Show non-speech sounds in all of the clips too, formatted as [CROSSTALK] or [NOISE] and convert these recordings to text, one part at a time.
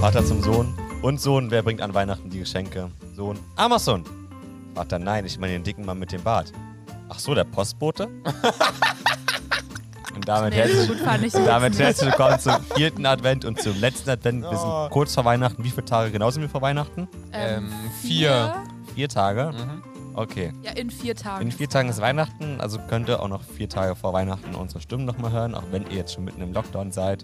Vater zum Sohn. Und Sohn, wer bringt an Weihnachten die Geschenke? Sohn, Amazon. Vater, nein, ich meine den dicken Mann mit dem Bart. Ach so, der [LAUGHS] Postbote? und damit, Nee, herzlich, gut fand ich und jetzt damit nicht. herzlich willkommen zum vierten Advent und zum letzten Advent. Wir sind kurz vor Weihnachten. Wie viele Tage genau sind wir vor Weihnachten? Ähm, Ähm, vier. Vier Tage? Mhm. Okay. Ja, in vier Tagen. In vier Tagen ist Weihnachten, also könnt ihr auch noch vier Tage vor Weihnachten unsere Stimmen nochmal hören, auch wenn ihr jetzt schon mitten im Lockdown seid.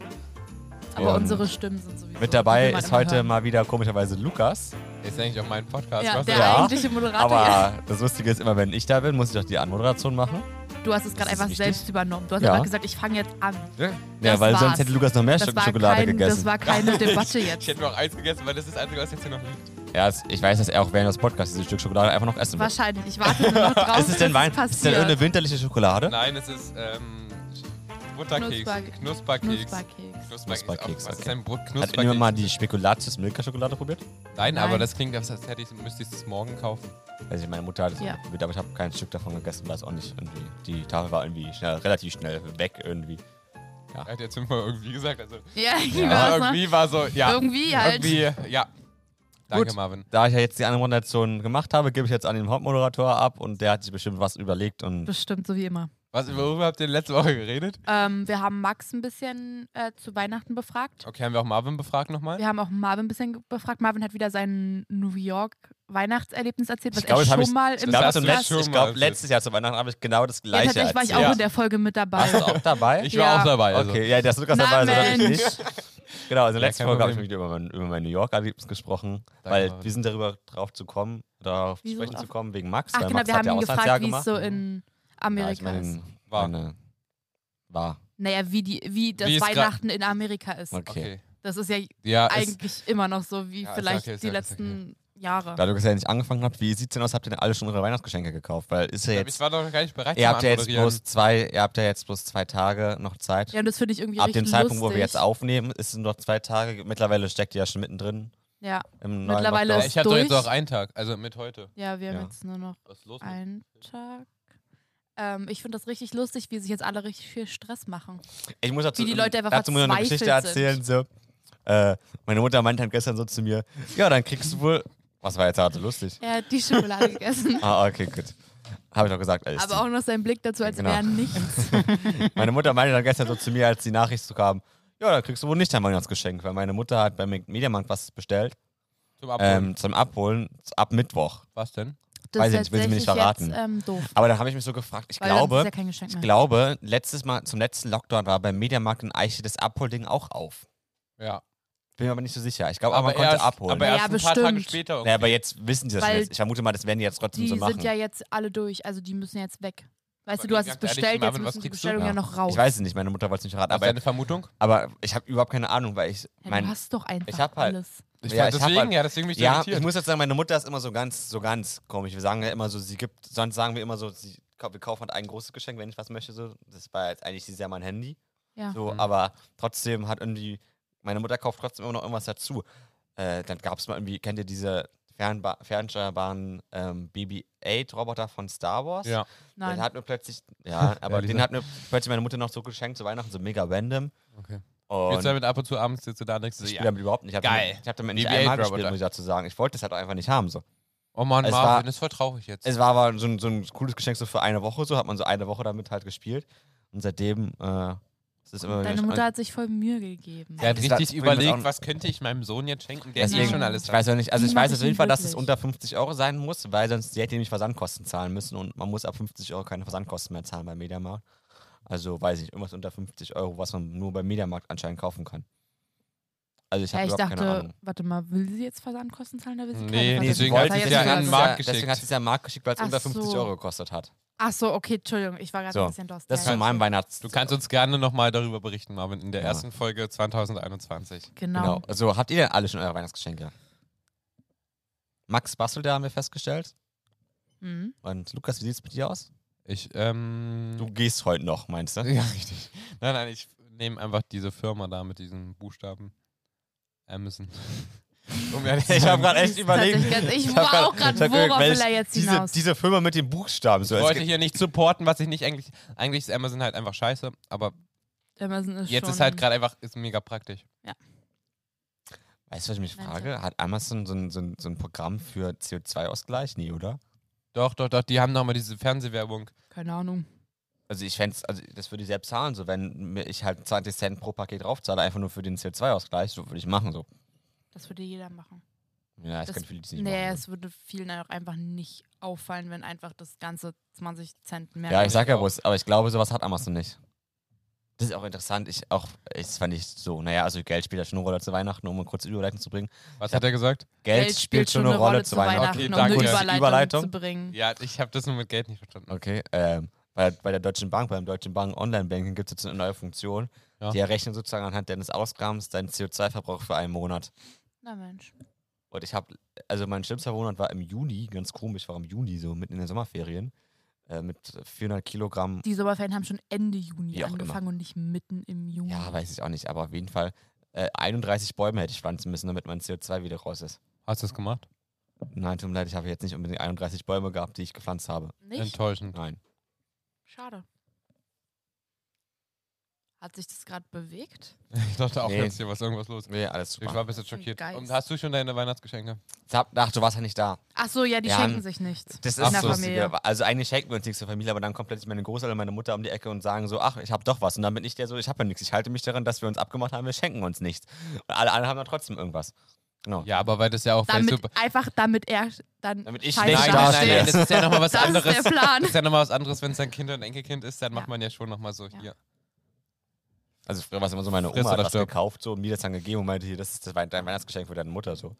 Aber Und unsere Stimmen sind sowieso. Mit dabei die will man ist immer heute hören. mal wieder komischerweise Lukas. Ist eigentlich auch mein Podcast. Ja, was? der Ja. eigentliche Moderator. Aber das Lustige ist immer, wenn ich da bin, muss ich doch die Anmoderation machen. du hast es Ist das gerade einfach richtig? selbst übernommen. Du hast Ja. einfach gesagt, ich fange jetzt an. Ja, Das weil sonst war's. hätte Lukas noch mehr Das Stück war, Schokolade kein, das gegessen. [LAUGHS] war keine Debatte jetzt. Ich hätte nur auch eins gegessen, weil das ist das Einzige, was jetzt hier noch liegt. Ja, es- ich weiß, dass er auch während des Podcasts dieses Stück Schokolade einfach noch essen wird. Wahrscheinlich. Ich warte nur noch [LAUGHS] drauf, Ist es denn dass Wein? Ist es denn passiert. irgendeine winterliche Schokolade? Nein, es ist ähm, Butterkeks. Knusper- Knusperkeks. Knusperkeks. Knusperkeks. Knusperkeks, auch- Was okay. ist ein Brot? Hat jemand mal Knusperkeks. die Spekulatius Milka Schokolade probiert? Nein, Nein. aber das klingt, als hätte ich, müsste ich es morgen kaufen. Also ich meine Mutter hat es Ja. auch probiert, aber ich habe kein Stück davon gegessen, weil es auch nicht irgendwie. Die Tafel war irgendwie schnell, relativ schnell weg irgendwie. Er hat jetzt immer irgendwie gesagt. Also, Ja, irgendwie ja, war's, ne? irgendwie war so, ja. Irgendwie halt. Irgendwie, ja. Danke, Gut. Marvin. Da ich ja jetzt die Anmoderation gemacht habe, gebe ich jetzt an den Hauptmoderator ab und der hat sich bestimmt was überlegt und Bestimmt, so wie immer. Was, worüber habt ihr letzte Woche geredet? Ähm, wir haben Max ein bisschen äh, zu Weihnachten befragt. Okay, haben wir auch Marvin befragt nochmal? Wir haben auch Marvin ein bisschen ge- befragt. Marvin hat wieder sein New York Weihnachtserlebnis erzählt, was Ich glaube, er das habe schon ich- mal ich im glaube, hast Podcast... du zum das letzten- schon ich mal glaube, erzählt. letztes Jahr zu Weihnachten habe ich genau das Ja, gleiche tatsächlich war ich auch erzählt. Ja. in der Folge mit Warst dabei. du auch dabei? Ich war Ja. auch dabei. Also. Okay, ja, das Lukas Na, dabei, so ich Mensch. nicht. Genau, also in der Ja, letzten kein Folge habe ich Problem. mich über mein, über mein New York Erlebnis gesprochen, Danke, weil Marvin. wir sind darüber drauf zu kommen, darauf zu Wieso sprechen drauf? zu kommen wegen Max, Ach weil genau, Max wir hat haben ja ihn Auslandsjahr gefragt, wie es gemacht. so in Amerika ja, ich meine, ist. War. meine- war. Naja, wie, die, wie das Wie es grad- Weihnachten in Amerika ist. Okay. Okay. Das ist ja Ja, ist, eigentlich immer noch so, wie Ja, ist vielleicht okay, ist die okay, ist letzten Jahre. Da Lukas ja nicht angefangen habt, wie sieht's denn aus? Habt ihr denn alle schon eure Weihnachtsgeschenke gekauft? Weil ist ja ich, jetzt. war noch gar nicht bereit Ihr zum habt ja jetzt Anmoderieren. bloß zwei, ihr habt ja jetzt bloß zwei Tage noch Zeit. Ja, und das finde ich irgendwie Ab richtig dem Zeitpunkt, lustig. wo wir jetzt aufnehmen, ist es noch zwei Tage. Mittlerweile steckt ihr ja schon mittendrin Ja, im neuen Mittlerweile Ja, Lockdown. ist- ich habe doch jetzt durch. auch einen Tag, also mit heute. ja wir haben Ja. jetzt nur noch Was ist los? mit- einen Tag. Ähm, ich finde das richtig lustig, wie sich jetzt alle richtig viel Stress machen. Ich muss dazu, Wie die Leute einfach dazu muss ich noch eine verzweifelt Geschichte erzählen. So. Äh, meine Mutter meinte halt gestern so zu mir: Ja, dann kriegst du wohl. Was war jetzt harte lustig? Er hat die [LAUGHS] Schokolade gegessen. Ah, okay, gut. Habe ich doch gesagt. Alles Aber auch noch sein Blick dazu, als Genau. wäre nichts. Meine Mutter meinte dann gestern so zu mir, als die Nachricht so kam: Ja, dann kriegst du wohl nicht dein Weihnachtsgeschenk, weil meine Mutter hat bei Mediamarkt was bestellt Zum Abholen. ähm, zum Abholen ab Mittwoch. Was denn? [LAUGHS] Das Weiß ich ist nicht, will sie mir nicht tatsächlich verraten. Jetzt, ähm, doof. Aber da habe ich mich so gefragt: Ich Weil glaube, das ist ja kein Geschenk Ich mehr. glaube, letztes Mal, zum letzten Lockdown war beim Mediamarkt in Eiche das Abholding auch auf. Ja. Bin mir aber nicht so sicher. Ich glaube, aber man konnte erst, abholen. Aber Ja, erst ein paar Tage bestimmt. später. naja, aber jetzt wissen sie das Weil schon jetzt. Ich vermute mal, das werden die jetzt trotzdem Die so machen. sind ja jetzt alle durch, also die müssen jetzt weg. Weißt Aber du, du hast es ganz ehrlich, bestellt, jetzt Marvin, was müssen die kriegst du? Bestellungen ja noch raus. Ich weiß es nicht, meine Mutter wollte es nicht verraten. Was ist Aber, deine Vermutung? aber ich habe überhaupt keine Ahnung, weil ich. ja, mein, du hast doch einfach Ich hab halt- alles. Ich Ja, ja, ich hab deswegen, halt- ja, deswegen bin ich ja, irritiert. ich muss jetzt sagen, meine Mutter ist immer so ganz, so ganz komisch. Wir sagen ja immer so, sie gibt, sonst sagen wir immer so, sie, wir kaufen halt ein großes Geschenk, wenn ich was möchte. So. Das war jetzt eigentlich dieses Jahr mein Handy. Ja. So, Mhm. aber trotzdem hat irgendwie, meine Mutter kauft trotzdem immer noch irgendwas dazu. Äh, dann gab es mal irgendwie, kennt ihr diese fernba fernsteuerbaren ähm, BB-8-Roboter von Star Wars? ja. Nein. Den hat mir plötzlich, [LAUGHS] ja, aber Lisa. den hat mir plötzlich meine Mutter noch so geschenkt zu Weihnachten, so mega random. Okay. Jetzt Und damit ab und zu abends sitzt du da und denkst, ich dir, spiele ja. damit überhaupt nicht. Ich habe Geil. damit, ich hab damit nicht BB-8 einmal gespielt, Roboter. muss ich dazu sagen. Ich wollte das halt auch einfach nicht haben. So. oh Mann, Es war- Marvin, das ist voll traurig jetzt. Es war aber so ein, so ein cooles Geschenk so für eine Woche, so hat man so eine Woche damit halt gespielt. Und seitdem äh, ist es immer Deine wieder- Mutter hat sich voll Mühe gegeben. Der hat das war- richtig bringt das auch überlegt, noch- was könnte ich meinem Sohn jetzt schenken, der Deswegen, nicht schon alles ich hat. weiß ja nicht, also Wie ich mach weiß ich auf jeden ihn Fall, dass es glücklich? unter 50 Euro sein muss, weil sonst hätte ich nämlich Versandkosten zahlen müssen und man muss ab 50 Euro keine Versandkosten mehr zahlen beim Mediamarkt. Also weiß ich, nicht, irgendwas unter 50 Euro, was man nur beim Mediamarkt anscheinend kaufen kann. Also ich ja, habe ich überhaupt keine dachte, Ahnung. warte mal, will sie jetzt Versandkosten zahlen oder will sie Nee, keine? nee, Warte, deswegen das hat war sie jetzt es ja wieder- an das den Markt ja- Deswegen hat geschickt. es ja an den Markt geschickt, weil es Ach unter 50 so. Euro gekostet hat. Ach so, okay, Entschuldigung, ich war gerade So, ein bisschen lost. Das ist ja, zu meinem Weihnachts... Du kannst uns gerne nochmal darüber berichten, Marvin, in der Ja. ersten Folge 2021. Genau. Genau. Also habt ihr denn alle schon eure Weihnachtsgeschenke? Max bastelt da, haben wir festgestellt. Mhm. Und Lukas, wie sieht es mit dir aus? Ich, ähm. Du ne? gehst heute noch, meinst [LAUGHS] du? Ja, richtig. Nein, nein, ich nehme einfach diese Firma da mit diesen Buchstaben. [LAUGHS] Amazon. [LAUGHS] um ehrlich zu Ich sein. habe gerade echt Ist überlegt. tatsächlich ganz- ich hab war auch grad, ich hab worauf gedacht, welch- will er jetzt diese, hinaus? diese Firma mit den Buchstaben. So. Ich es wollte gibt- hier nicht supporten, was ich nicht eigentlich. Eigentlich ist Amazon halt einfach scheiße, aber Amazon ist jetzt halt schon ist halt gerade einfach ist mega praktisch. Weißt du, was ich mich Nein, frage? Hat Amazon so ein, so ein, so ein Programm für CO2-Ausgleich? Nee, oder? Doch, doch, doch, die haben nochmal diese Fernsehwerbung. Keine Ahnung. Also ich fände also das würde ich selbst zahlen, so wenn mir ich halt 20 Cent pro Paket draufzahle, einfach nur für den CO2-Ausgleich, so würde ich machen, so. Das würde jeder machen. Ja, das, Das- können viele die es nicht Nee, machen. es würde vielen auch einfach nicht auffallen, wenn einfach das ganze 20 Cent mehr. Ja, ich sag ja auch. bloß, aber ich glaube, sowas hat Amazon nicht. Das ist auch interessant. Ich auch, das fand ich so, naja, also Geld spielt ja schon eine Rolle zu Weihnachten, um eine kurze Überleitung zu bringen. Was Ja. hat er gesagt? Geld, spielt schon eine Rolle zu Weihnachten. Okay, um danke. eine Kurze Überleitung, Überleitung. zu bringen. Ja, ich habe das nur mit Geld nicht verstanden. Okay, ähm, bei, bei der Deutschen Bank, beim Deutschen Bank Online-Banking gibt es jetzt eine neue Funktion. Ja. Die errechnen sozusagen anhand deines Ausgaben's deinen CO2-Verbrauch für einen Monat. Na Mensch. Und ich habe, also mein schlimmster Monat war im Juni, ganz komisch, war im Juni so, mitten in den Sommerferien, äh, mit 400 Kilogramm Die Sommerferien haben schon Ende Juni Wie auch angefangen und nicht mitten im Juni. Ja, weiß ich auch nicht, aber auf jeden Fall. Äh, 31 Bäume hätte ich pflanzen müssen, damit mein CO2 wieder raus ist. Hast du das gemacht? Nein, tut mir leid, ich habe jetzt nicht unbedingt 31 Bäume gehabt, die ich gepflanzt habe. nicht? Enttäuschend. [LAUGHS] Nein. Schade. Hat sich das gerade bewegt? Ich dachte auch Nee. jetzt hier was irgendwas los. Nee, alles Ich war super. ein bisschen schockiert. Geist. Und hast du schon deine Weihnachtsgeschenke? Zap, ach, du warst ja nicht da. Ach so, ja, die Ja, schenken n- sich nichts. Das Ach ist das so. Lustige. Also eigentlich schenken wir uns nichts zur Familie, aber dann kommt plötzlich meine Großeltern, meine Mutter um die Ecke und sagen so, ach, ich habe doch was. Und dann bin ich der so, ich habe ja nichts. Ich halte mich daran, dass wir uns abgemacht haben, wir schenken uns nichts. Und alle anderen haben dann trotzdem irgendwas. Genau. Ja, aber weil das ja auch Damit, vielleicht super. einfach damit er dann Damit ich scheiße schlecht Nein, nein, nein, dastehe. das ist ja nochmal was Das ist anderes. der Plan. Das ist ja nochmal was anderes, wenn es ein Kind und ein Enkelkind ist, dann Ja. macht man ja schon nochmal so hier. Also früher war es immer so, meine Friss Oma hat oder das stirb. gekauft so, und mir das dann gegeben und meinte, hier, das ist das Wei- dein Weihnachtsgeschenk für deine Mutter so.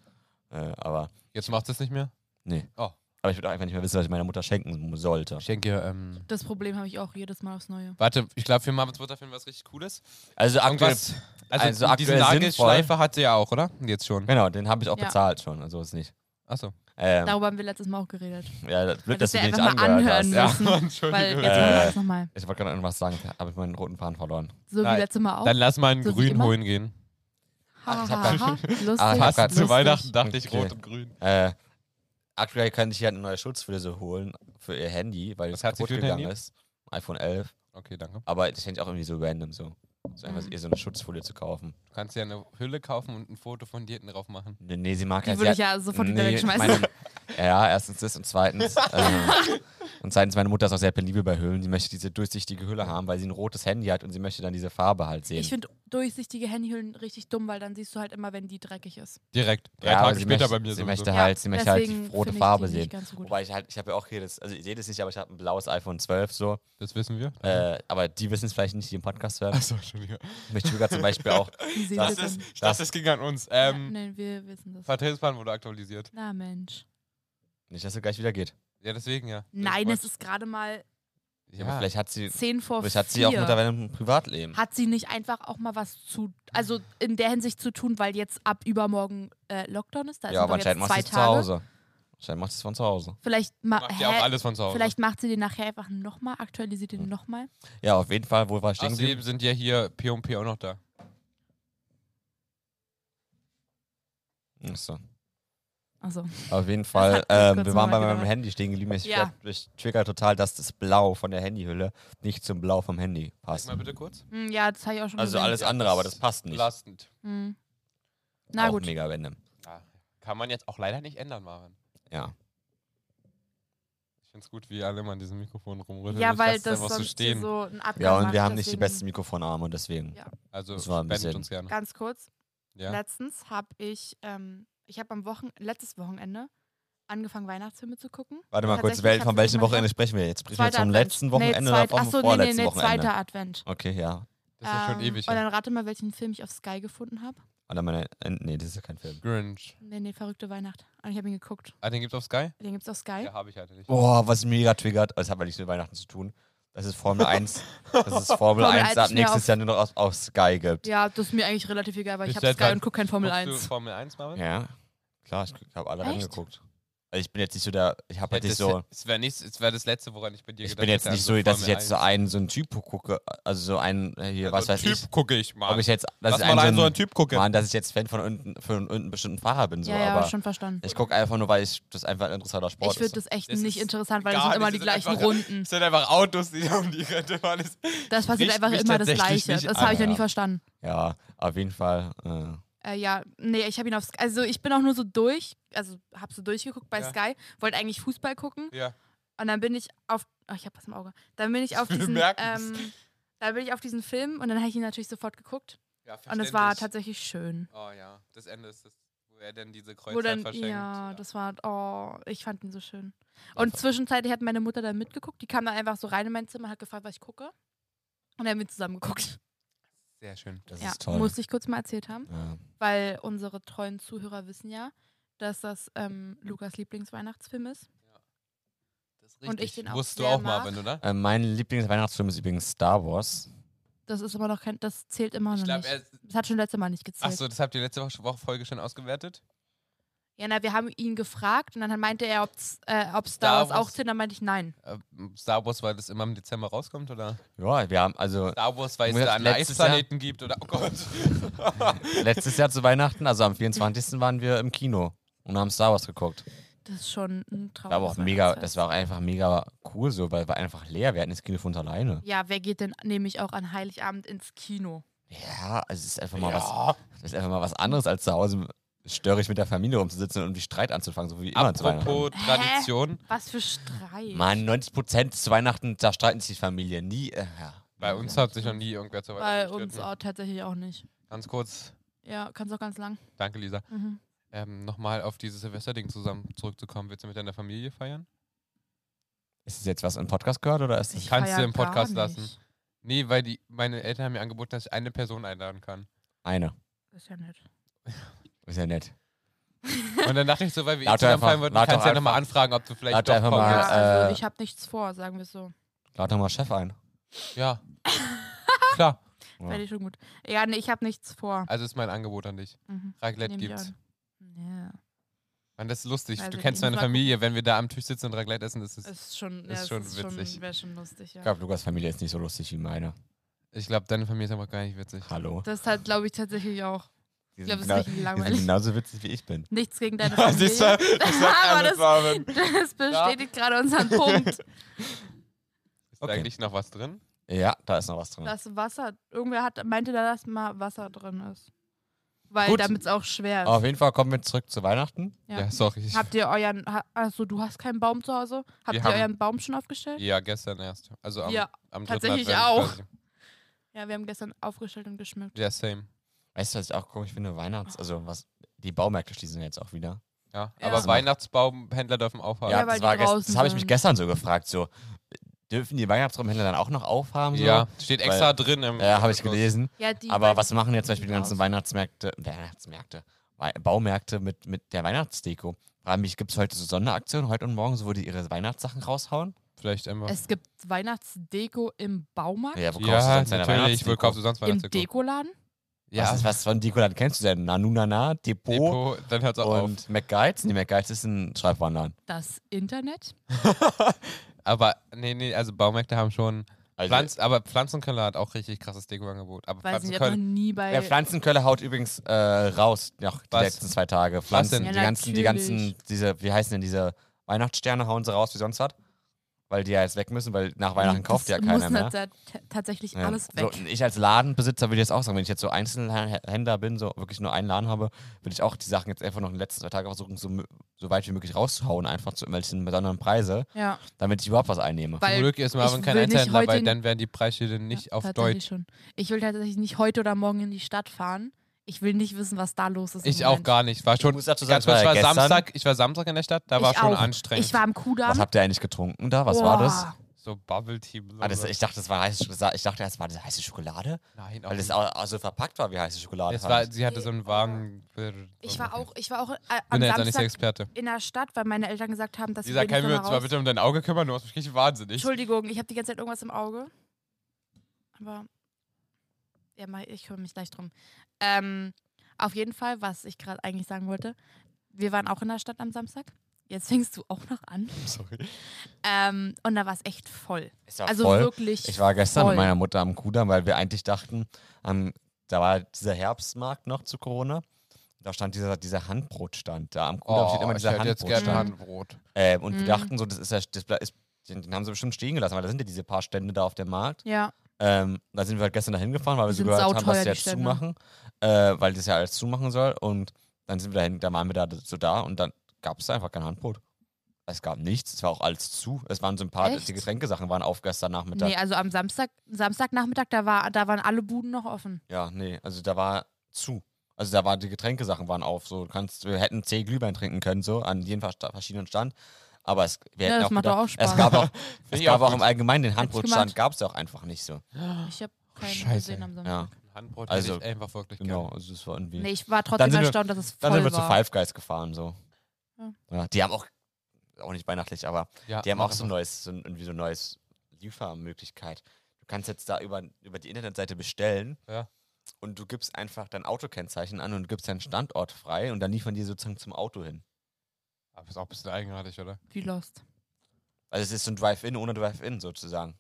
Äh, aber Jetzt macht es nicht mehr? Nee. Oh. Aber ich würde auch einfach nicht mehr wissen, was ich meiner Mutter schenken sollte. Ich denke, ähm. Das Problem habe ich auch jedes Mal aufs Neue. Warte, ich glaube, für Marvins Mutter finden wir was richtig Cooles. Also aktuell, Irgendwas. also Also, aktuell diesen sinnvoll. Nagelschleifer hat sie ja auch, oder? Jetzt schon. genau, den habe ich auch Ja. bezahlt schon, also ist nicht. Achso. Ähm, Darüber haben wir letztes Mal auch [LAUGHS] geredet. ja, das blöd, dass Hättest du du den nicht einfach mal angehört hast. anhören Ja. müssen. [LAUGHS] Weil Entschuldigung. jetzt Äh, machen wir das nochmal. Ich wollte gerade irgendwas sagen, da habe ich meinen roten Faden verloren. So nein. wie letztes Mal auch. Dann lass mal einen So wie Grün immer. holen gehen. Ach, ha, ich hab ha, grad- ha. Lustig, [LAUGHS] Ah, ich hab grad Passt zu zu lustig. Weihnachten, dachte ich, Okay. rot und grün. Äh, aktuell könnte ich ja eine neue Schutzflöse holen für ihr Handy, weil Was es hat sie kaputt für ein gegangen Handy? ist. iPhone 11. Okay, danke. Aber das fände ich auch irgendwie so random so. So Ah. einfach Mhm. ihr so eine Schutzfolie zu kaufen. Du kannst ja eine Hülle kaufen und ein Foto von dir hinten drauf machen. Nee, Nee, sie mag Die ja- sie würde hat- ich ja sofort wieder Nee, wegschmeißen. meine- ja, erstens das und [LAUGHS] zweitens. äh, und zweitens, meine Mutter ist auch sehr penibel bei Hüllen. Sie möchte diese durchsichtige Hülle haben, weil sie ein rotes Handy hat und sie möchte dann diese Farbe halt sehen. ich finde durchsichtige Handyhüllen richtig dumm, weil dann siehst du halt immer, wenn die dreckig ist. Direkt. Drei ja, aber Tage sie später möchte, bei mir sie sowieso. möchte halt, sie möchte halt die Deswegen rote finde ich Farbe die sehen. nicht Ganz so gut. Wobei ich halt, ich habe ja auch hier das, also ihr seht es nicht, aber ich habe ein blaues iPhone 12 so. Das wissen wir. Äh, aber die wissen es vielleicht nicht, die im Podcast hören. Achso, Entschuldigung. Mich triggert zum Beispiel auch. Wie seht das ihr denn? ich dachte, das ging an uns. Ähm, halt Nein, wir wissen das. Verteilsplan wurde aktualisiert. Na Mensch. Nicht, dass es gleich wieder geht. Ja, deswegen ja. Nein, es ist gerade mal Ja. Aber Ja, vielleicht hat sie, 10 vor vielleicht hat sie vier. auch mittlerweile ein Privatleben. hat sie nicht einfach auch mal was zu, also in der Hinsicht zu tun, weil jetzt ab übermorgen äh, Lockdown ist? Da ja, sind aber doch jetzt anscheinend macht zwei sie es zu Tage. Hause. Anscheinend macht sie es von zu Hause. Vielleicht, ma macht ja auch Ah, hä? alles von zu Hause. vielleicht macht sie den nachher einfach nochmal, aktualisiert Hm. den nochmal. Ja, auf jeden Fall, wo war ich stehen geblieben? Außerdem sind ja hier P&P auch noch da. Achso. Also, Auf jeden Das Fall. hat jetzt Ähm, kurz wir waren bei einen Moment meinem gedauert. Handy stehen geblieben. Ich, Ja. trigger, ich trigger total, dass das Blau von der Handyhülle nicht zum Blau vom Handy Sag passt. mal bitte kurz. hm, ja, das habe ich auch schon Also gesehen. alles andere, aber das passt nicht. Belastend. Hm. Na auch gut. mega random. Ah, kann man jetzt auch leider nicht ändern, Marvin. Ja. Ich finde es gut, wie alle mal an diesem Mikrofon rumrütteln. Ja, Ich weil lass es das einfach so sonst hier stehen. so ein Abgang Ja, und macht, wir haben nicht die deswegen- besten Mikrofonarme und deswegen. Ja. also das war ein spendet bisschen- uns gerne. Ganz kurz, Ja. letztens habe ich, ähm, ich habe am Wochen letztes Wochenende angefangen, Weihnachtsfilme zu gucken. Warte mal kurz, Tatsächlich wel- hat von sie welchem immer Wochenende sprechen wir jetzt? Sprechen wir Zweiter jetzt vom Advent. letzten Wochenende nee, oder zweit, vom achso, nee, nee, vorletzten nee, Wochenende? zweiter Advent. Okay, ja. Das ist ja schon Ähm, ewig. Und her. dann rate mal, welchen Film ich auf Sky gefunden habe. Oder meine, äh, nee, das ist ja kein Film. Grinch. Nee, nee, verrückte Weihnacht. Und ich habe ihn geguckt. Ah, den gibt's auf Sky? Den gibt's auf Sky. Ja, habe ich halt nicht. Oh, Boah, was mega triggert. Das hat aber nichts mit Weihnachten zu tun. Das ist Formel 1. [LAUGHS] Das ist Formel Formel 1 ab eins mehr nächstes auf- Jahr nur noch auf, auf Sky gibt. Ja, das ist mir eigentlich relativ egal, weil ich Bist habe du etwa- Sky und gucke kein Formel halt Guckst du 1. Formel 1, Marvin? Ja, klar, ich habe alle Echt? reingeguckt. Also ich bin jetzt nicht so der, ich habe jetzt nicht so, Es wäre wär das letzte, woran ich bei dir ich gedacht bin jetzt hätte, an nicht so, dass ich Formel jetzt so 1. einen, so einen Typ gucke, also so einen, äh, hier, was Also weiß typ ich. gucke ich mal. Ob ich jetzt, dass Lass ich mal einen, so einen einen, Typ so gucken. ein, Mann, dass ich jetzt Fan von irgendeinem von irgendeinem bestimmten Fahrer bin, so, ja, ja, aber schon verstanden. ich gucke einfach nur, weil ich das einfach ein interessanter Sport Ich würde ist. das echt Das nicht ist interessant, weil das gar sind immer nicht, die das sind gleichen einfach- Runden. Es sind einfach Autos, die da um die Rente fahren. Das- Das passiert bricht einfach mich immer das tatsächlich Gleiche. nicht Das an, habe ich ja ja. nie verstanden. Ja, auf jeden Fall. Äh, Äh, ja, nee, ich habe ihn auf Sky. Also ich bin auch nur so durch, also habe so durchgeguckt bei Ja. Sky, wollte eigentlich Fußball gucken Ja. und dann bin ich auf. Oh, ich habe was im Auge. Dann bin ich auf [LAUGHS] Wir diesen. merken's. Ähm, dann bin ich auf diesen Film und dann habe ich ihn natürlich sofort geguckt. ja Und es war tatsächlich schön. Oh ja, das Ende ist das, wo er dann diese Wo Kreuzzeit dann, verschenkt. ja, das war, oh, ich fand ihn so schön. Und zwischenzeitlich hat meine Mutter dann mitgeguckt. Die kam dann einfach so rein in mein Zimmer, hat gefragt, was ich gucke. Und dann haben wir zusammen geguckt. Sehr schön. Das Ja, ist toll. musste ich kurz mal erzählt haben. ja. weil unsere treuen Zuhörer wissen ja, dass das ähm, Lukas Lieblingsweihnachtsfilm ist. Das ist Und ich den auch Wusstest du sehr auch, mag. Marvin, oder? Äh, mein Lieblingsweihnachtsfilm ist übrigens Star Wars. Das ist aber noch kein, das zählt immer Ich noch glaube, nicht. er. Das hat schon letzte Mal nicht gezählt. Achso, das habt ihr letzte Woche Woche Folge schon ausgewertet? Ja, na, wir haben ihn gefragt und dann meinte er, ob's, äh, ob Star Star Wars auch Wars. zählt, dann meinte ich nein. Äh, Star Wars, weil das immer im Dezember rauskommt, oder? Ja, wir haben also Star Wars, weil es Mir da hat's einen letztes Jahr- Eisplaneten gibt, oder? Oh Gott. letztes Jahr zu Weihnachten, also am 24. waren wir im Kino und haben Star Wars geguckt. Das ist schon ein Traum. War aber auch mega, Oh, das war auch einfach mega cool so, weil war einfach leer. Wir hatten das Kino von uns alleine. Ja, wer geht denn nämlich auch an Heiligabend ins Kino? Ja, also es ist einfach mal was, das ist einfach mal was anderes als zu Hause störig mit der Familie rumzusitzen und die Streit anzufangen, so wie immer zu Weihnachten. Apropos Tradition, Was für Streit. Mann, 90 Prozent zu Weihnachten, da streiten sich die Familie nie. Äh, ja. bei uns hat sich noch nie irgendwer zu Bei Weihnachten uns gestritten. auch tatsächlich auch nicht. Ganz kurz, Ja, kannst auch ganz lang. danke Lisa, Mhm. ähm, nochmal auf dieses Silvesterding zusammen zurückzukommen. Willst du mit deiner Familie feiern? Ist es jetzt was im Podcast gehört oder ist es Ich kannst du feier im Podcast gar lassen. nicht. Nee, weil die, meine Eltern haben mir angeboten, dass ich eine Person einladen kann. eine? Ist ja nett. Ist ja nett. Und dann dachte ich so, weil wir eh Lad doch zusammen einfach- feiern wollten, lad doch kannst du ja nochmal einfach- anfragen, ob du lad vielleicht doch doch einfach kommst. mal- Ja, also äh, ich habe nichts vor, sagen wir es so. Lad doch mal Chef ein. Ja. [LAUGHS] Klar. Ja. Fände ich schon gut. Ja, nee, ich habe nichts vor. Also ist mein Angebot an dich. Mhm. Raclette Nehm ich gibt's. an. Ja, Mann, das ist lustig. Weiß du ich kennst nicht. meine Mal gucken. Familie. Wenn wir da am Tisch sitzen und Raclette essen, ist es. ist schon, Ist ja, schon schon ist witzig. schon, wäre schon lustig, ja. Ich glaube, Lukas Familie ist nicht so lustig wie meine. Ich glaube, deine Familie ist einfach gar nicht witzig. Hallo. Das halt, glaube ich, tatsächlich auch. Die Ich sind, glaube, das genau, ist richtig die sind langweilig. genauso witzig wie ich [LAUGHS] bin. Nichts gegen [LAUGHS] deine [LAUGHS] Familie. Siehst du? [LAUGHS] Ich sag Aber alles, das- Marvin. Das bestätigt gerade [LAUGHS] unseren Punkt. Ist Okay. da eigentlich noch was drin? Ja, da ist noch was drin. Das Wasser, irgendwer hat, meinte da, dass mal Wasser drin ist. Weil Gut. damit es auch schwer ist. Auf jeden Fall kommen wir zurück zu Weihnachten. Ja. sorry. Ich, Habt ihr euren, ha- also du hast keinen Baum zu Hause? Habt Wir ihr haben- euren Baum schon aufgestellt? ja, gestern erst. Also am, Ja, am dritten tatsächlich Advent auch. quasi. Ja, wir haben gestern aufgestellt und geschmückt. Ja, same. Weißt du, was ich auch komisch finde? Weihnachts-, also was, die Baumärkte schließen jetzt auch wieder. Ja. Ja. Aber Weihnachtsbaumhändler dürfen aufhaben. Ja, weil das, die war gest- draußen das habe ich mich sind. gestern so gefragt, so, dürfen die Weihnachtsbaumhändler dann auch noch aufhaben? So? Ja, steht extra drin. Im Ja, habe ich gelesen. Ja, die Aber beiden- was machen jetzt zum Beispiel die ganzen Raus. Weihnachtsmärkte, Weihnachtsmärkte, Wei- Baumärkte mit, mit der Weihnachtsdeko? Frage mich, gibt es heute so Sonderaktionen, heute und morgen, so, wo die ihre Weihnachtssachen raushauen? Vielleicht einfach. Es gibt Weihnachtsdeko im Baumarkt? Ja, wo kaufst du ja, sonst deine natürlich. Wo Weihnachtsdeko? kaufst du sonst Im Weihnachtsdeko? Dekoladen? Ja. Was, Ja, ist, was von Dekoland kennst du denn? Nanunana, Depot, Depot, dann hört's auch auf. und McGuides? Nee, McGuides ist ein Schreibwandern. Das Internet? Aber nee, nee, also Baumärkte haben schon. Also, Pflanz, aber Pflanzenkeller hat auch richtig krasses Dekoangebot. Aber Weiß nicht, ich hab noch Pflanzenkeller. nie bei. der Pflanzenköller äh, haut übrigens äh, raus noch die Was? letzten zwei Tage. Was Pflanzen, denn? die Ja, ganzen, die ganzen, diese, wie heißen denn diese Weihnachtssterne hauen sie raus, wie sonst was? Weil die ja jetzt weg müssen, weil nach [LAUGHS] Weihnachten Das kauft ja keiner muss ne? mehr. nat- ta- tatsächlich Ja, alles so, weg. und ich als Ladenbesitzer würde jetzt auch sagen, wenn ich jetzt so Einzelhändler bin, so wirklich nur einen Laden habe, würde ich auch die Sachen jetzt einfach noch in den letzten zwei Tagen versuchen, so, mö- so weit wie möglich rauszuhauen, einfach zu irgendwelchen besonderen Preise, ja, damit ich überhaupt was einnehme. weil Zum Glück ist Marvin ich kein will nicht Einzelhändler, heute weil in- dann wären die Preisschilder nicht ja, auf tatsächlich Deutsch. schon. Ich will tatsächlich nicht heute oder morgen in die Stadt fahren. Ich will nicht wissen, was da los ist. im Ich auch Moment. gar nicht. War schon. muss dazu sagen, ganz es war kurz, ich, war ja gestern. Samstag, ich war Samstag in der Stadt, da war ich schon auch. anstrengend. Ich war am Kudamm. Was habt ihr eigentlich getrunken da? Was war das? Boah. so Bubble Team. Ah, das ich dachte, das war heiße Schokolade. Ich dachte, das war diese heiße Schokolade, Nein, weil auch das nicht. auch auch so verpackt war wie heiße Schokolade. es fand [LAUGHS] war, ich. sie hatte so einen Wagen. Ich war auch, ich war auch äh, Ich bin am ja jetzt auch nicht der Samstag Also Experte. in der Stadt, weil meine Eltern gesagt haben, dass Lisa, wir können wir uns mal raus. bitte um dein Auge kümmern? Du hast mich richtig wahnsinnig. Entschuldigung, ich habe die ganze Zeit irgendwas im Auge. Aber ja, mei- ich kümmere mich gleich drum. Ähm, auf jeden Fall, was ich gerade eigentlich sagen wollte, wir waren auch in der Stadt am Samstag. Jetzt fängst du auch noch an. Sorry. Ähm, und da war es echt voll. Es war also voll. wirklich. Ich war gestern voll. mit meiner Mutter am Kudamm, weil wir eigentlich dachten, am- da war dieser Herbstmarkt noch zu Corona. Da stand dieser, dieser Handbrotstand. Da am Kudamm steht immer Oh, ich dieser hätte jetzt gerne Handbrotstand. Handbrot. Ähm, und wir Mhm. dachten so, das ist ja, das ble- ist, den, den haben sie bestimmt stehen gelassen, weil da sind ja diese paar Stände da auf dem Markt. Ja, Ähm, da sind wir halt gestern dahin gefahren, weil wir Die so sind gehört haben, sauteuer, dass die sie jetzt Stände. zumachen, äh, weil das ja alles zumachen soll. Und dann sind wir dahin, da waren wir da so da und dann gab es einfach kein Handbrot. Es gab nichts, es war auch alles zu. Es waren so ein paar, Echt? die Getränkesachen waren auf gestern Nachmittag. Nee, also am Samstag, Samstagnachmittag, da, war, da waren alle Buden noch offen. Ja, nee, also da war zu. Also da waren die Getränkesachen waren auf. So, du kannst, wir hätten zehn Glühwein trinken können, so, an jedem Versta- verschiedenen Stand. Aber es, wir Ja, hätten das auch macht gedacht, doch auch Spaß. Es [LAUGHS] gab auch, ich es gab auch auch, gut. im Allgemeinen den Handbrotstand, gemacht. gab es auch einfach nicht so. Ich habe keinen Scheiße. gesehen am Samstag. Oh, Ja, Handbrot also, Also, hätte ich einfach wirklich genau. gerne. Also es war irgendwie. Nee, ich war Dann trotzdem sind wir- erstaunt, dass es voll Dann sind wir zu war. Five Guys gefahren, so. Ja. Ja. die haben auch, auch nicht weihnachtlich, aber Ja, die haben mach auch so ein einfach. neues, so ein, irgendwie so ein neues Liefermöglichkeit. Du kannst jetzt da über, über die Internetseite bestellen Ja. und du gibst einfach dein Autokennzeichen an und gibst deinen Standort frei und dann liefern die sozusagen zum Auto hin. Aber ist auch ein bisschen eigenartig, oder? Wie Lost. Also es ist so ein Drive-In ohne Drive-In sozusagen.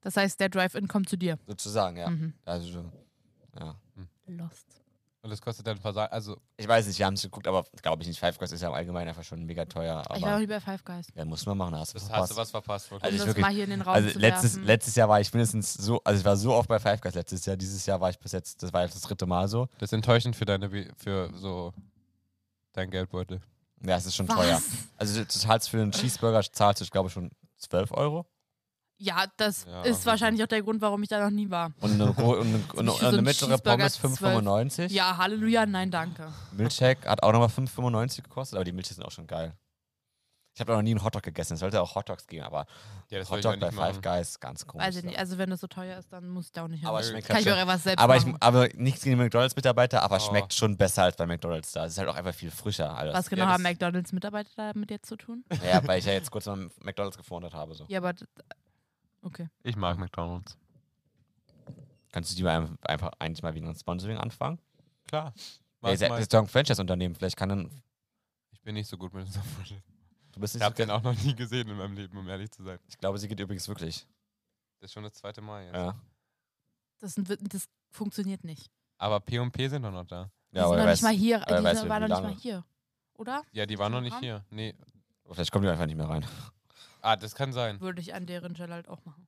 Das heißt, der Drive-In kommt zu dir. Sozusagen, ja. Mhm. Also, so, ja. Lost. Und das kostet dann Versand. Also, Ich weiß nicht, wir haben es geguckt, aber glaube ich nicht. Five Guys ist ja im Allgemeinen einfach schon mega teuer. ich war noch Aber nie bei Five Guys. ja, muss man machen, da hast du das hast verpasst. du was verpasst. Wirklich. Um Also ich das wirklich- mal hier in den Raum Also zu letztes, werfen. letztes Jahr war ich mindestens so, also ich war so oft bei Five Guys letztes Jahr, dieses Jahr war ich bis jetzt, das war jetzt das dritte Mal so. das ist enttäuschend für deine, Bi- für so dein Geldbeutel. Ja, es ist schon Was? teuer. Also du zahlst für einen Cheeseburger, zahlst du, ich glaube, schon 12 Euro. Ja, das Ja, ist also- wahrscheinlich auch der Grund, warum ich da noch nie war. Und eine, gro- und eine, und eine, für so eine einen mittlere Cheeseburger Pommes 5,95. Ja, Halleluja, Hm. nein, danke. Milchshake hat auch nochmal 5,95 gekostet, aber die Milchshakes sind auch schon geil. Ich habe noch nie einen Hotdog gegessen. Es sollte auch Hotdogs geben, aber Ja, das wollte Hotdog ich auch bei nicht Five machen. Guys, ganz komisch. Also, nicht, also wenn das so teuer ist, dann muss ich da auch nicht hin. aber es schmeckt Kann halt ich mir auch schon, etwas selbst aber, ich, machen. aber nichts gegen die McDonalds-Mitarbeiter, aber es Oh. schmeckt schon besser als bei McDonalds da. Es ist halt auch einfach viel frischer. Alles. Was genau das- haben McDonalds Mitarbeiter da mit dir [LAUGHS] zu tun? Ja, weil ich ja jetzt kurz mal McDonalds gefordert habe. So. Ja, aber d- okay. Ich mag McDonalds. Kannst du die mal ein- einfach eigentlich mal wieder ein Sponsoring anfangen? Klar. Ey, Mach ist ja- mal. ist doch ein Franchise-Unternehmen. Vielleicht kann dann. Ich bin nicht so gut mit Sammlung. Du bist Ich nicht so habe den auch noch nie gesehen in meinem Leben, um ehrlich zu sein. Ich glaube, sie geht übrigens wirklich. Das ist schon das zweite Mal jetzt. Ja, Das, ist ein Wit- das funktioniert nicht. Aber P&P sind doch noch da. Die sind aber noch wer nicht weiß, mal hier. aber Die weiß, sind- wie waren noch nicht lange. mal hier. Oder? Ja, die waren noch nicht Programm? hier. Nee. vielleicht kommen die einfach nicht mehr rein. Ah, das kann sein. Würde ich an deren Stelle halt auch machen.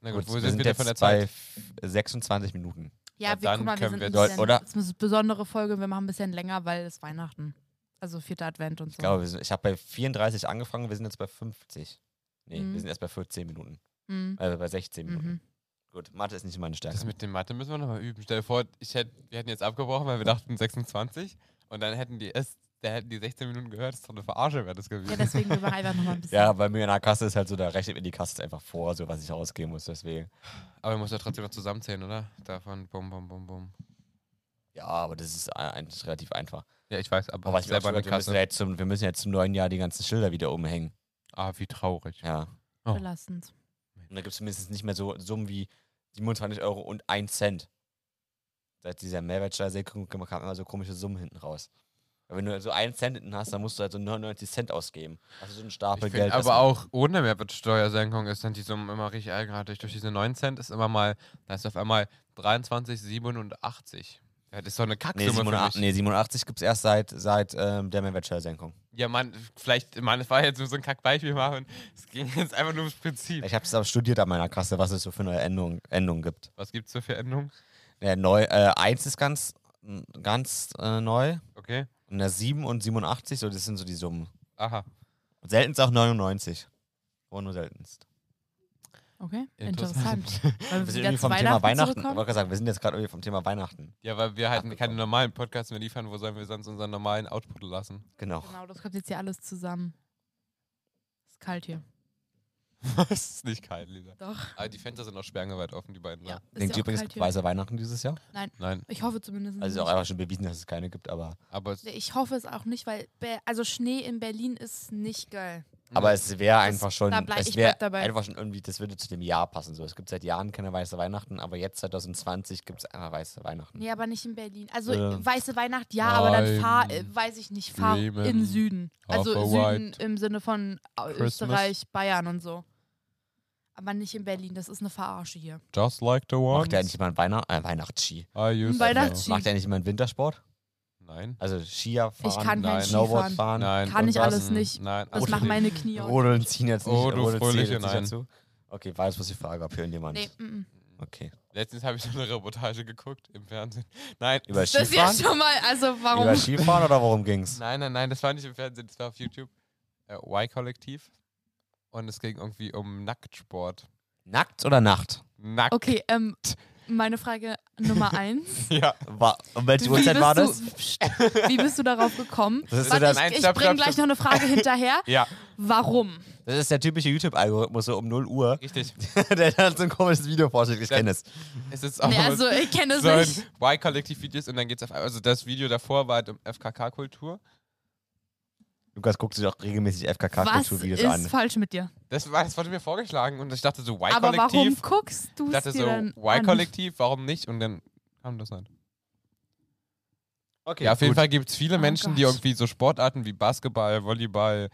Na gut, wo wir sind wir denn von der jetzt Zeit? bei 26 Minuten. Ja, Ja, wir, dann guck mal, wir können sind wir ein dort- bisschen, oder? Es ist eine besondere Folge. Wir machen ein bisschen länger, weil es Weihnachten. Also vierter Advent und so. Ich glaube, wir sind, ich habe bei 34 angefangen, wir sind jetzt bei 50. Nee, Mhm. wir sind erst bei 14 Minuten. Mhm. Also bei 16 Minuten. Mhm. Gut, Mathe ist nicht meine Das Stärke. mit dem Mathe müssen wir noch mal üben. Stell dir vor, ich hätt, wir hätten jetzt abgebrochen, weil wir dachten 26 und dann hätten die erst, da hätten die 16 Minuten gehört. Das ist doch eine Verarsche, wäre das Ja, gewesen. deswegen wir machen einfach [LAUGHS] nochmal ein bisschen. Ja, bei mir in der Kasse ist halt so, da rechnet mir die Kasse einfach vor, so was ich ausgeben muss. Deswegen. Aber man muss ja trotzdem noch zusammenzählen, oder? Davon bum, bum, bum, bum. Ja, aber das ist ei- eigentlich relativ einfach. Ja, ich weiß, aber, Aber ich selber selber eine wir, müssen Kasse. ja jetzt zum, wir müssen ja jetzt zum neuen Jahr die ganzen Schilder wieder umhängen. Ah, wie traurig. Ja. Oh. Belastend. Und da gibt es mindestens nicht mehr so Summen wie 27 Euro und 1 Cent. Seit dieser Mehrwertsteuersenkung kam kamen immer so komische Summen hinten raus. Weil wenn du so 1 Cent hinten hast, dann musst du halt so 99 Cent ausgeben. Also so einen Ich Stapel find, Geld. aber erstmal. auch ohne Mehrwertsteuersenkung ist dann die Summe immer richtig eigenartig. Durch diese 9 Cent ist immer mal, da ist auf einmal 23, 87. Ja, das ist doch eine Nee, Kacksumme für 87, mich. nee, 87 gibt es erst seit, seit ähm, der Mehrwertsteuersenkung. Ja, Mann, vielleicht, Mann, das war jetzt nur so ein Kackbeispiel machen. Es ging jetzt einfach nur ums Prinzip. Ich habe es aber studiert an meiner Kasse, was es so für neue Endungen Endung gibt. Was gibt's so für Änderungen? Ja, neu, äh, 1 ist ganz, ganz äh, neu. Okay. Und der 7 und 87, so, das sind so die Summen. Aha. Und seltenst auch 99. Aber nur seltenst. Okay, Interessant. interessant. Wir Weil wir sind wieder irgendwie zu vom Thema Weihnachten. Ich zurückkommen. wollte gerade sagen, wir sind jetzt gerade irgendwie vom Thema Weihnachten. [LAUGHS] Ja, weil wir halt Abgekommen. keine normalen Podcasts mehr liefern. Wo sollen wir sonst unseren normalen Output lassen? Genau. Genau, das kommt jetzt hier alles zusammen. Ist kalt hier. das ist nicht kalt, Lisa. Doch. Aber die Fenster sind auch sperrangeweit offen, die beiden. Ja, da. Denkt ist ja ihr auch übrigens kalt hier. Mhm. weiße Weihnachten dieses Jahr? Nein, Ich hoffe zumindest. Also ist auch nicht. einfach schon bewiesen, dass es keine gibt, aber, Mhm. aber es, Nee, Ich hoffe es auch nicht, weil Be also Schnee in Berlin ist nicht geil. aber es wäre einfach schon, da bleib- es ich wäre bleib dabei. einfach schon irgendwie, das würde zu dem Jahr passen. So, es gibt seit Jahren keine weiße Weihnachten, aber jetzt 2020 gibt es einfach weiße Weihnachten. Nee, aber nicht in Berlin. Also Ja. weiße Weihnacht, ja, aber dann fahr, äh, I'm weiß ich nicht, fahr dreaming in Süden. Also of a Süden white im Sinne von äh, Christmas. Österreich, Bayern und so. Aber nicht in Berlin, das ist eine Verarsche hier. just like the ones Macht ja eigentlich jemand Weihnacht, äh, Weihnachtsski? I used Weihnachts- Ski. Macht ja eigentlich jemand Wintersport? Nein. Also Skier fahren, Ich kann nein. kein Snowboard fahren, Skifahren. Nein. Kann ich und was? alles nicht. Nein. oh, Das absolut machen nicht. meine Knie auch. Rodeln ziehen jetzt nicht. Oh, du Rodeln zählt fröhliche jetzt nicht Nein. dazu. Okay, war das bloß die Frage, ob hier irgendjemand. Nee, mm, mm. Okay. [LAUGHS] Letztens habe ich so eine Reportage geguckt im Fernsehen. [LAUGHS] Nein, Über Das ist ja Skifahren? schon mal, also warum? Über Skifahren oder worum ging's? nein, nein, nein, das war nicht im Fernsehen, das war auf YouTube. Äh, Y-Kollektiv. Und es ging irgendwie um Nacktsport. Nackt oder Nacht? Nackt. Okay, ähm, meine Frage Nummer eins. [LAUGHS] Ja. War, um welche Wie Uhrzeit war das? bist Du, wie bist du darauf gekommen? Das ist, so Warte, das, Nein, ich, ich stopp, bringe stopp, gleich noch stopp. eine Frage hinterher. Ja, [LAUGHS] Warum? das ist der typische YouTube-Algorithmus, so um 0 Uhr, richtig. [LAUGHS] der dann so ein komisches Video vorstellt. Ich Ja. kenne es. Es ist auch Nee, also ich kenne es so ein nicht. Y-Kollektiv-Videos und dann geht's auf. Also das Video davor war halt um FKK-Kultur. Lukas guckt sich auch regelmäßig Was FKK-Kulturvideos ist an. falsch mit dir? Das, war, das wurde mir vorgeschlagen und ich dachte so, Aber warum Y-Kollektiv. guckst du Ich es dachte dir so, dann Y-Kollektiv, warum nicht? Und dann kam das halt. Okay, Ja, auf jeden gut. Fall gibt es viele Oh Menschen, die Gott. irgendwie so Sportarten wie Basketball, Volleyball,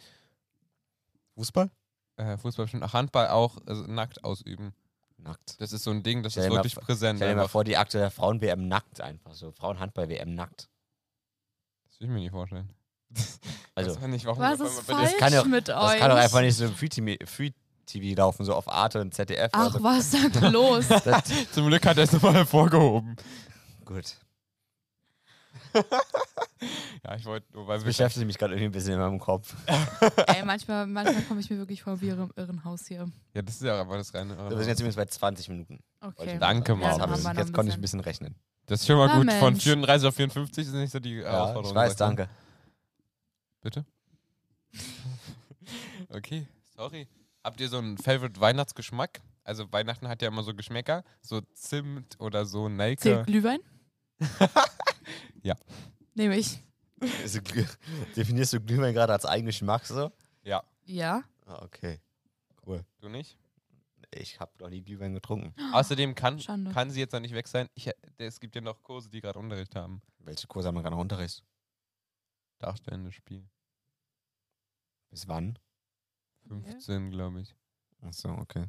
Fußball? äh, Fußball bestimmt, auch Handball auch also nackt ausüben. Nackt. Das ist so ein Ding, das Stell dir ist mal wirklich vor- präsent. Stell dir mal einfach. vor, die aktuelle Frauen-WM nackt einfach. So Frauenhandball-WM nackt. Das will ich mir nicht vorstellen. Also, Weiß auch nicht, warum an? Was auf ist einmal bei dir- falsch kann doch- mit euch? das kann doch einfach nicht so im Free-TV Free TV laufen, so auf Arte und ZDF. Ach, also, was [LAUGHS] ist da los? das, Zum Glück hat er es [LAUGHS] nochmal hervorgehoben. gut. Ja, ich wollte nur, weil Das wir. beschäftigt mich gerade irgendwie ein bisschen in meinem Kopf. Ey, manchmal, manchmal komme ich mir wirklich vor wie im Irrenhaus hier. Ja, das ist ja aber das reine. Wir sind jetzt übrigens bei 20 Minuten. Wollte Okay. ich Danke, nur sagen. Maurus. Jetzt, hab Ja, haben ich, wir noch jetzt ein konnte ich ein bisschen. bisschen rechnen. Das ist schon mal Ah, gut. Von Mensch. 34 auf 54 ist nicht so die Ja, Herausforderung. ich weiß, sag mal. danke. Bitte? okay, sorry. Habt ihr so einen Favorite Weihnachtsgeschmack? Also Weihnachten hat ja immer so Geschmäcker, so Zimt oder so Nelke. Zählt Glühwein? Ja. Nehme ich. Also, Glüh- definierst du Glühwein gerade als eigenen Geschmack so? Ja. Ah, Okay. Cool. Du nicht? Ich habe noch nie Glühwein getrunken. Außerdem kann, Schande. kann sie jetzt noch nicht weg sein. Ich, es gibt ja noch Kurse, die gerade Unterricht haben. Welche Kurse haben wir gerade noch Unterricht? Darstellendes Spiel. Bis wann? 15, glaube ich. Achso, okay.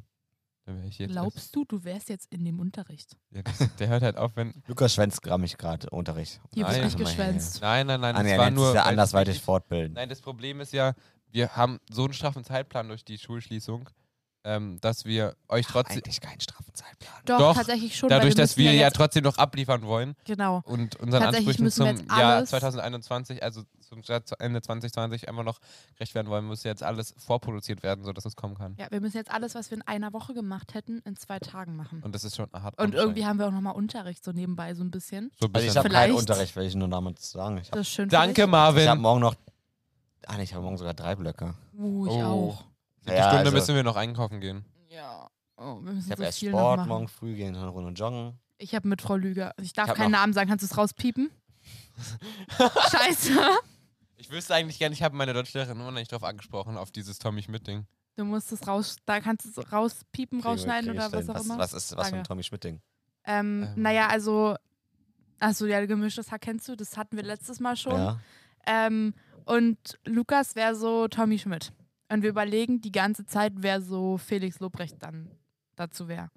Da wäre ich jetzt. Glaubst du, du wärst jetzt in dem Unterricht? Ja, das, der hört halt auf, [LAUGHS] wenn. Lukas schwänzt gerade mich gerade Unterricht. Hier wird Nein. nicht Also mal her. geschwänzt. Nein, nein, nein. Ah, nee, das er war nennt sich nur. da weil- andersweitig fortbilden. Nein, das Problem ist ja, wir haben so einen straffen Zeitplan durch die Schulschließung, ähm, dass wir euch trotzdem. Eigentlich keinen straffen Zeitplan. Doch, Doch, tatsächlich schon. weil Dadurch, wir dass müssen wir ja jetzt- trotzdem noch abliefern wollen Genau. und unseren Tatsächlich Ansprüchen müssen wir zum jetzt Jahr alles- 2021, also zum Jahr zu Ende 2020 einfach noch gerecht werden wollen, muss jetzt alles vorproduziert werden, sodass es kommen kann. Ja, wir müssen jetzt alles, was wir in einer Woche gemacht hätten, in zwei Tagen machen. Und das ist schon hart. Und irgendwie anstrengend. haben wir auch nochmal Unterricht so nebenbei so ein bisschen. so ein Also ich bisschen. habe keinen Vielleicht- Unterricht, will ich nur damit sagen. Ich habe Das ist schön. für Danke, dich. Marvin. hab morgen noch. Ah nee, ich habe morgen sogar drei Blöcke. Uh, ich Oh. auch. Die Ja, Stunde also- müssen wir noch einkaufen gehen. Ja. Oh, wir Ich müssen habe so erst viel noch Sport, machen. morgen früh gehen, dann eine Runde joggen. Ich habe mit Frau Lüger. also Ich darf Ich hab keinen noch- Namen sagen. Kannst du es rauspiepen? Scheiße. Ich wüsste eigentlich gerne, ich habe meine Deutschlehrerin immer noch nicht drauf angesprochen, auf dieses Tommy Schmidt-Ding. Du musst es raus. Da kannst du es rauspiepen, Kriegen wir- rausschneiden kriegen wir oder was hin. auch was, immer. Was ist was für ein Danke. Tommy Schmidt-Ding? Ähm, Ähm. Naja, also. Achso, ja, gemischtes Haar kennst du. Das hatten wir letztes Mal schon. Ja. Ähm, und Lukas wäre so Tommy Schmidt. Und wir überlegen die ganze Zeit, wer so Felix Lobrecht dann dazu wäre.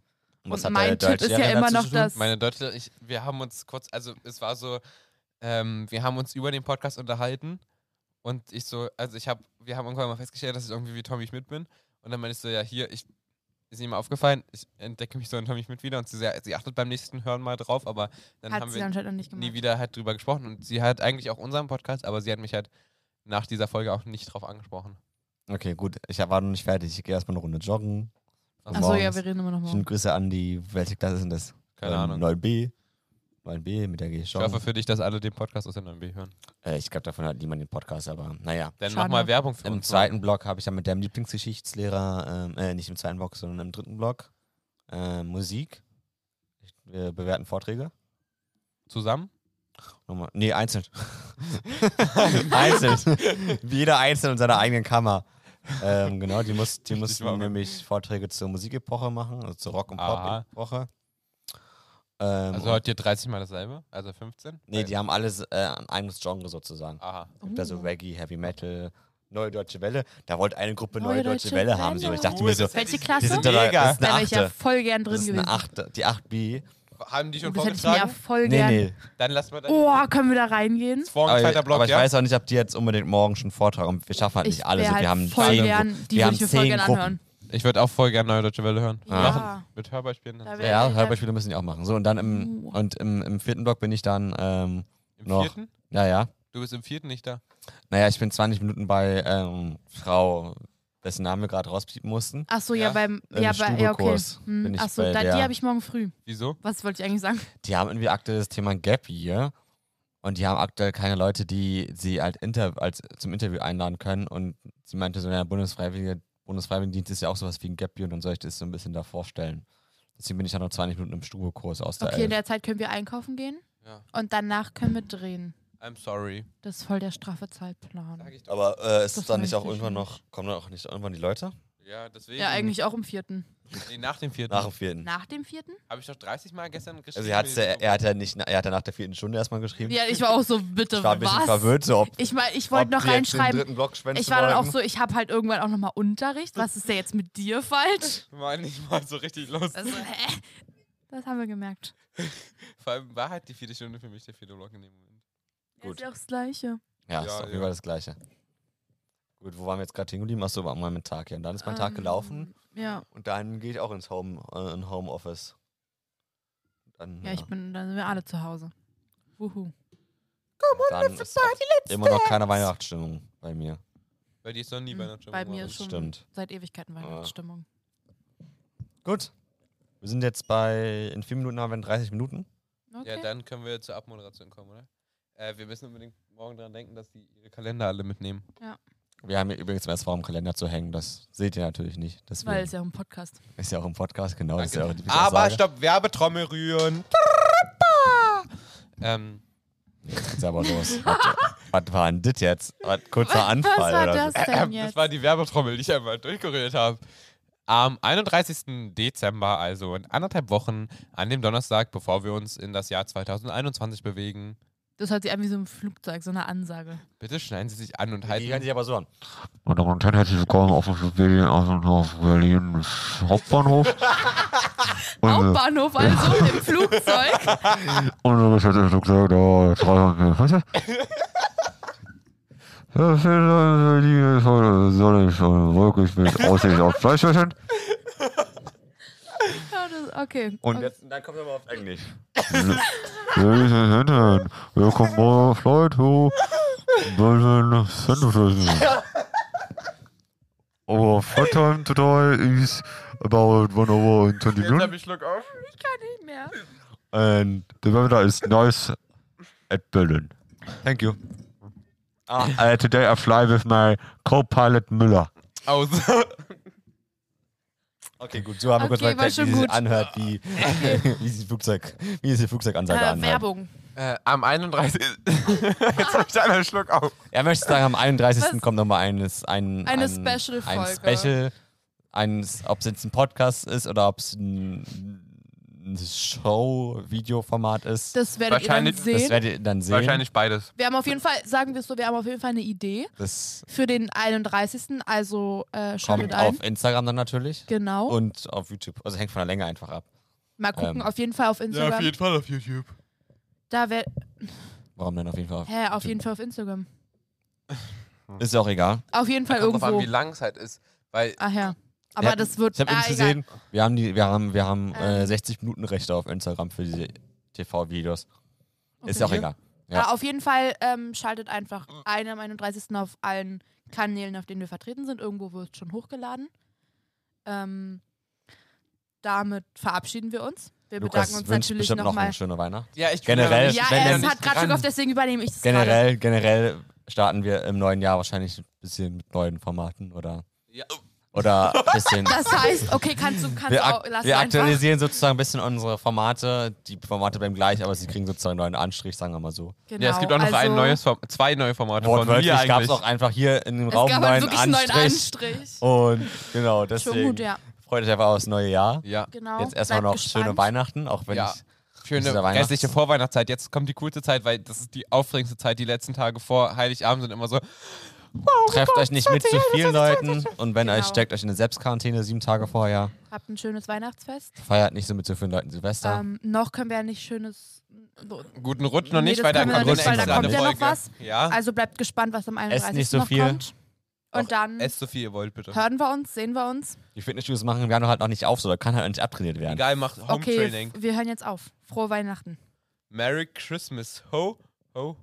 Und was Und hat mein der Tipp ist Deutschlehrer ja immer dazu noch zu tun? das- Meine Deutschlehrerin, ich, wir haben uns kurz, also es war so, ähm, wir haben uns über den Podcast unterhalten und ich so, also ich habe, wir haben irgendwann mal festgestellt, dass ich irgendwie wie Tommy Schmidt bin und dann meinte ich so, ja hier, ich, ist ihm aufgefallen, ich entdecke mich so in Tommy Schmidt wieder und sie, so, ja, sie achtet beim nächsten Hören mal drauf, aber dann Hat haben sie wir anscheinend noch nicht gemacht. nie wieder halt drüber gesprochen und sie hat eigentlich auch unseren Podcast, aber sie hat mich halt nach dieser Folge auch nicht drauf angesprochen. Okay, gut. Ich war noch nicht fertig. Ich gehe erstmal eine Runde joggen. Ach Achso, ja, Morgens. wir reden immer noch Schöne morgen. Grüße an die, welche Klasse sind das? Keine Ähm, Ahnung. 9b. 9b, mit der gehe ich Ich hoffe joggen. für dich, dass alle den Podcast aus der 9B hören. Äh, ich glaube, davon hat niemand den Podcast, aber naja. Dann mach Schade. mal Werbung für Im uns. zweiten Block habe ich dann mit deinem Lieblingsgeschichtslehrer, ähm, äh, nicht im zweiten Block, sondern im dritten Block, äh, Musik. Ich- Wir bewerten Vorträge. Zusammen? Nochmal. Nee, einzeln. [LAUGHS] einzeln. Wie jeder einzeln in seiner eigenen Kammer. Ähm, genau, die, muss, die Richtig mussten wahr. nämlich Vorträge zur Musikepoche machen, also zur Rock- und Aha. Pop-Epoche. Ähm, Also und- hört ihr 30 Mal dasselbe? Also 15? Nee, die haben alles äh, ein eigenes Genre sozusagen. Aha. Gibt Oh. da so Reggae, Heavy Metal, Neue Deutsche Welle. Da wollte eine Gruppe Neue, Neue Deutsche, Deutsche Welle haben. So. Welle. Ich dachte mir so, Cool, Welche die Klasse? sind doch da, Mega. das ist Da eine wäre ich ja Achte. voll gern drin Das ist eine gewesen. Achte, die 8b. Haben die Oh, schon das hätte ich mir ja vorgetragen? voll Nee, gern. nee. Dann lassen wir das. Oh, können wir da reingehen? Ist Morgen Aber, zweiter Block, aber ich ja? weiß auch nicht, ob die jetzt unbedingt morgen schon Vortrag haben. Wir schaffen halt nicht alle. wär So, wir halt haben voll zehn, gern, die wir würde haben ich mir zehn voll gern Gruppen. anhören. Ich würde auch voll gerne Neue Deutsche Welle hören. Ah. Machen. Mit Hörbeispielen. Da Dann wär- sehr. Ja, Ja. Hörbeispiele müssen die auch machen. So, und dann im, Uh. und im, im vierten Block bin ich dann, ähm, Im noch. vierten? ja, ja. Du bist im vierten nicht da. Naja, ich bin 20 Minuten bei ähm, Frau, dessen Namen wir gerade rauspiepen mussten. Ach so, ja, Ja, beim im ja, bei, ja, okay. Stubekurs Hm, bin ich Ach so, bei da, der- die habe ich morgen früh. Wieso? Was wollte ich eigentlich sagen? Die haben irgendwie aktuell das Thema Gap Year und die haben aktuell keine Leute, die sie halt inter als zum Interview einladen können. Und sie meinte, so der Bundesfreiwillige, Bundesfreiwilligendienst ist ja auch sowas wie ein Gap Year und dann soll ich das so ein bisschen da vorstellen. Deswegen bin ich dann noch 20 Minuten im Stubekurs aus der Okay, in Elf. der Zeit können wir einkaufen gehen Ja. und danach können wir drehen. I'm sorry. Das ist voll der straffe Zeitplan. Sag ich doch. Aber äh, Das möchte ich nicht. kommen dann auch nicht irgendwann die Leute? Ja, deswegen. Ja, eigentlich auch im vierten. Nee, nach dem vierten. Nach dem vierten. Nach dem vierten? Habe ich doch 30 Mal gestern geschrieben. Also er, hat's, ja- er hat ja nicht, er hat ja nach der vierten Stunde erstmal geschrieben. Ja, ich war auch so, bitte, ich war ein bisschen was? verwirrt, so ob Ich meine, ich ob wollte noch die jetzt den reinschreiben. dritten Block schwänzen Ich war dann auch wollten. so, ich habe halt irgendwann auch nochmal Unterricht. Was ist denn jetzt mit dir [LAUGHS] falsch? War nicht mal so richtig los. Also, hä? Das haben wir gemerkt. Vor allem war halt die vierte Stunde für mich der vierte Block in dem Moment. Gut. Ist ja auch das Gleiche. Ja, Ja, ist auf jeden ja. Fall das Gleiche. Gut, wo waren wir jetzt gerade hingeblieben? Achso, war mein Tag. Ja, und dann ist mein Tag Ähm, gelaufen Ja. und dann gehe ich auch ins Home, äh, in Homeoffice. Dann, äh, Ja, ich bin, dann sind wir alle zu Hause. Wuhu. und dann ist auch immer noch keine Weihnachtsstimmung bei mir. Bei dir ist noch nie Mhm. Weihnachtsstimmung. Bei mir aber- ist schon stimmt. seit Ewigkeiten Ah. Weihnachtsstimmung. Gut. Wir sind jetzt bei, in vier Minuten haben wir in 30 Minuten. Okay. Ja, dann können wir zur Abmoderation kommen, oder? Äh, wir müssen unbedingt morgen dran denken, dass die ihre Kalender alle mitnehmen. Wir haben hier übrigens was vor, im Kalender zu hängen. Das seht ihr natürlich nicht. Deswegen Weil es ja auch ein Podcast. ist ja auch im Podcast, genau. Das ist ja Danke. eure Lieblingsaussage. Aber stopp, Werbetrommel rühren. ähm, Jetzt geht's aber los. was, was war denn das jetzt? Was, kurzer Anfall Was Äh, war oder das so. denn äh, das jetzt? war die Werbetrommel, die ich einmal durchgerührt habe. Am 31. Dezember, also in anderthalb Wochen, an dem Donnerstag, bevor wir uns in das Jahr 2021 bewegen, Das hört sich an wie so ein Flugzeug, so eine Ansage. bitte schneiden Sie sich an und Halt Die hören halten. sich aber so an. Meine Damen und Herren, herzlich willkommen auf dem Berlin, auf Berlin Hauptbahnhof. Und, Hauptbahnhof also im Flugzeug. und das hat der Flugzeug da 300 Was ist das? Ja, vielen Dank für die tolle sonnige Wolke mit Aussicht auf Fleischwäschern. Ja, das, okay. Und okay. jetzt, dann kommt er mal auf Englisch. Ladies and Gentlemen, welcome on flight to Berlin Central. Our flight time today is about 1 hour and 20 minutes. ich Schluck auf. Ich kann nicht mehr. Ähm, and the weather is nice at Berlin. Thank you. Ah, Uh, today I fly with my co-pilot Müller. Aus. okay, gut. So haben wir kurz mal Okay, war erklärt, schon wie sie sich gut. anhört, wie, [LAUGHS] wie sie Flugzeug, wie sie Flugzeugansage Äh, anhört. Werbung. äh, am 31. [LAUGHS] Jetzt hab ich einen Schluck auf. Er möchte sagen, am 31. Was? kommt nochmal eines, ein, Eine ein, ein Special-Folge. Special, eins, ob es jetzt ein Podcast ist oder ob es ein, ein Show-Videoformat ist. Das werdet ihr dann Wahrscheinlich- Das sehen. werdet ihr dann sehen. Wahrscheinlich beides. Wir haben auf jeden Fall, sagen wir es so, wir haben auf jeden Fall eine Idee Das für den 31. Also äh, schaltet kommt ein. auf Instagram dann natürlich. Genau. Und auf YouTube. Also hängt von der Länge einfach ab. Mal gucken, ähm, auf jeden Fall auf Instagram. Fall auf YouTube. Da wär, Warum denn auf jeden Fall? Auf hä, auf YouTube? jeden Fall auf Instagram. Ist ja auch egal. Auf jeden Fall Kommt drauf an, irgendwo. wie lang es halt ist. Weil Ach ja. Aber Ja, das wird. Ich habe ah, übrigens egal. gesehen, wir haben, die, wir haben, wir haben äh, Ähm. 60 Minuten Rechte auf Instagram für diese TV-Videos. Ist Okay. ja auch egal. Ja. Ah, auf jeden Fall ähm, schaltet einfach ein am 31. auf allen Kanälen, auf denen wir vertreten sind. Irgendwo wird schon hochgeladen. Ähm, damit verabschieden wir uns. Wir Lukas bedanken uns wünscht natürlich bestimmt noch nochmal. eine schöne Weihnacht. Ja, ich Generell, Ja, wenn er dann- hat gerade schon gehofft, deswegen übernehme ich das gerade. Generell, generell starten wir im neuen Jahr wahrscheinlich ein bisschen mit neuen Formaten oder, Ja. [LAUGHS] oder ein bisschen. Das heißt, okay, kannst du, kannst wir, du ak auch, lass wir einfach. aktualisieren sozusagen ein bisschen unsere Formate. Die Formate bleiben gleich, aber sie kriegen sozusagen einen neuen Anstrich, sagen wir mal so. Genau, Ja, es gibt auch noch also, ein neues Form zwei neue Formate von Wortwörtlich mir gab es eigentlich. auch einfach hier in dem Es Raum gab einen halt neuen wirklich Anstrich. einen neuen Anstrich. Und genau, deswegen Schon gut, ja. freut euch einfach aufs neue Jahr. ja. Genau. Jetzt erstmal Bleibt noch gespannt. schöne Weihnachten, auch wenn Ja. ich Schöne Dieser Weihnachts- restliche Vorweihnachtszeit. Jetzt kommt die coolste Zeit, weil das ist die aufregendste Zeit. Die letzten Tage vor Heiligabend sind immer so. Trefft euch nicht mit zu vielen Leuten und wenn euch Genau. steckt euch in eine Selbstquarantäne sieben Tage vorher. Habt ein schönes Weihnachtsfest. Feiert nicht so mit so vielen Leuten Silvester. Ähm, noch können wir ja nicht schönes. so- Guten Rutsch noch Nee, nicht, das weil da können wir kommt noch eine nicht, weil da extra kommt eine ja noch Folge. was. Ja. Also bleibt gespannt, was am 31. nicht so noch viel. kommt. Und dann Esst so viel ihr wollt, bitte. hören wir uns, sehen wir uns. Die Fitnessstudios machen im Januar halt noch nicht auf, so da kann halt nicht abtrainiert werden. Egal, macht Home okay, Training. f- wir hören jetzt auf. Frohe Weihnachten. Merry Christmas. Ho, ho,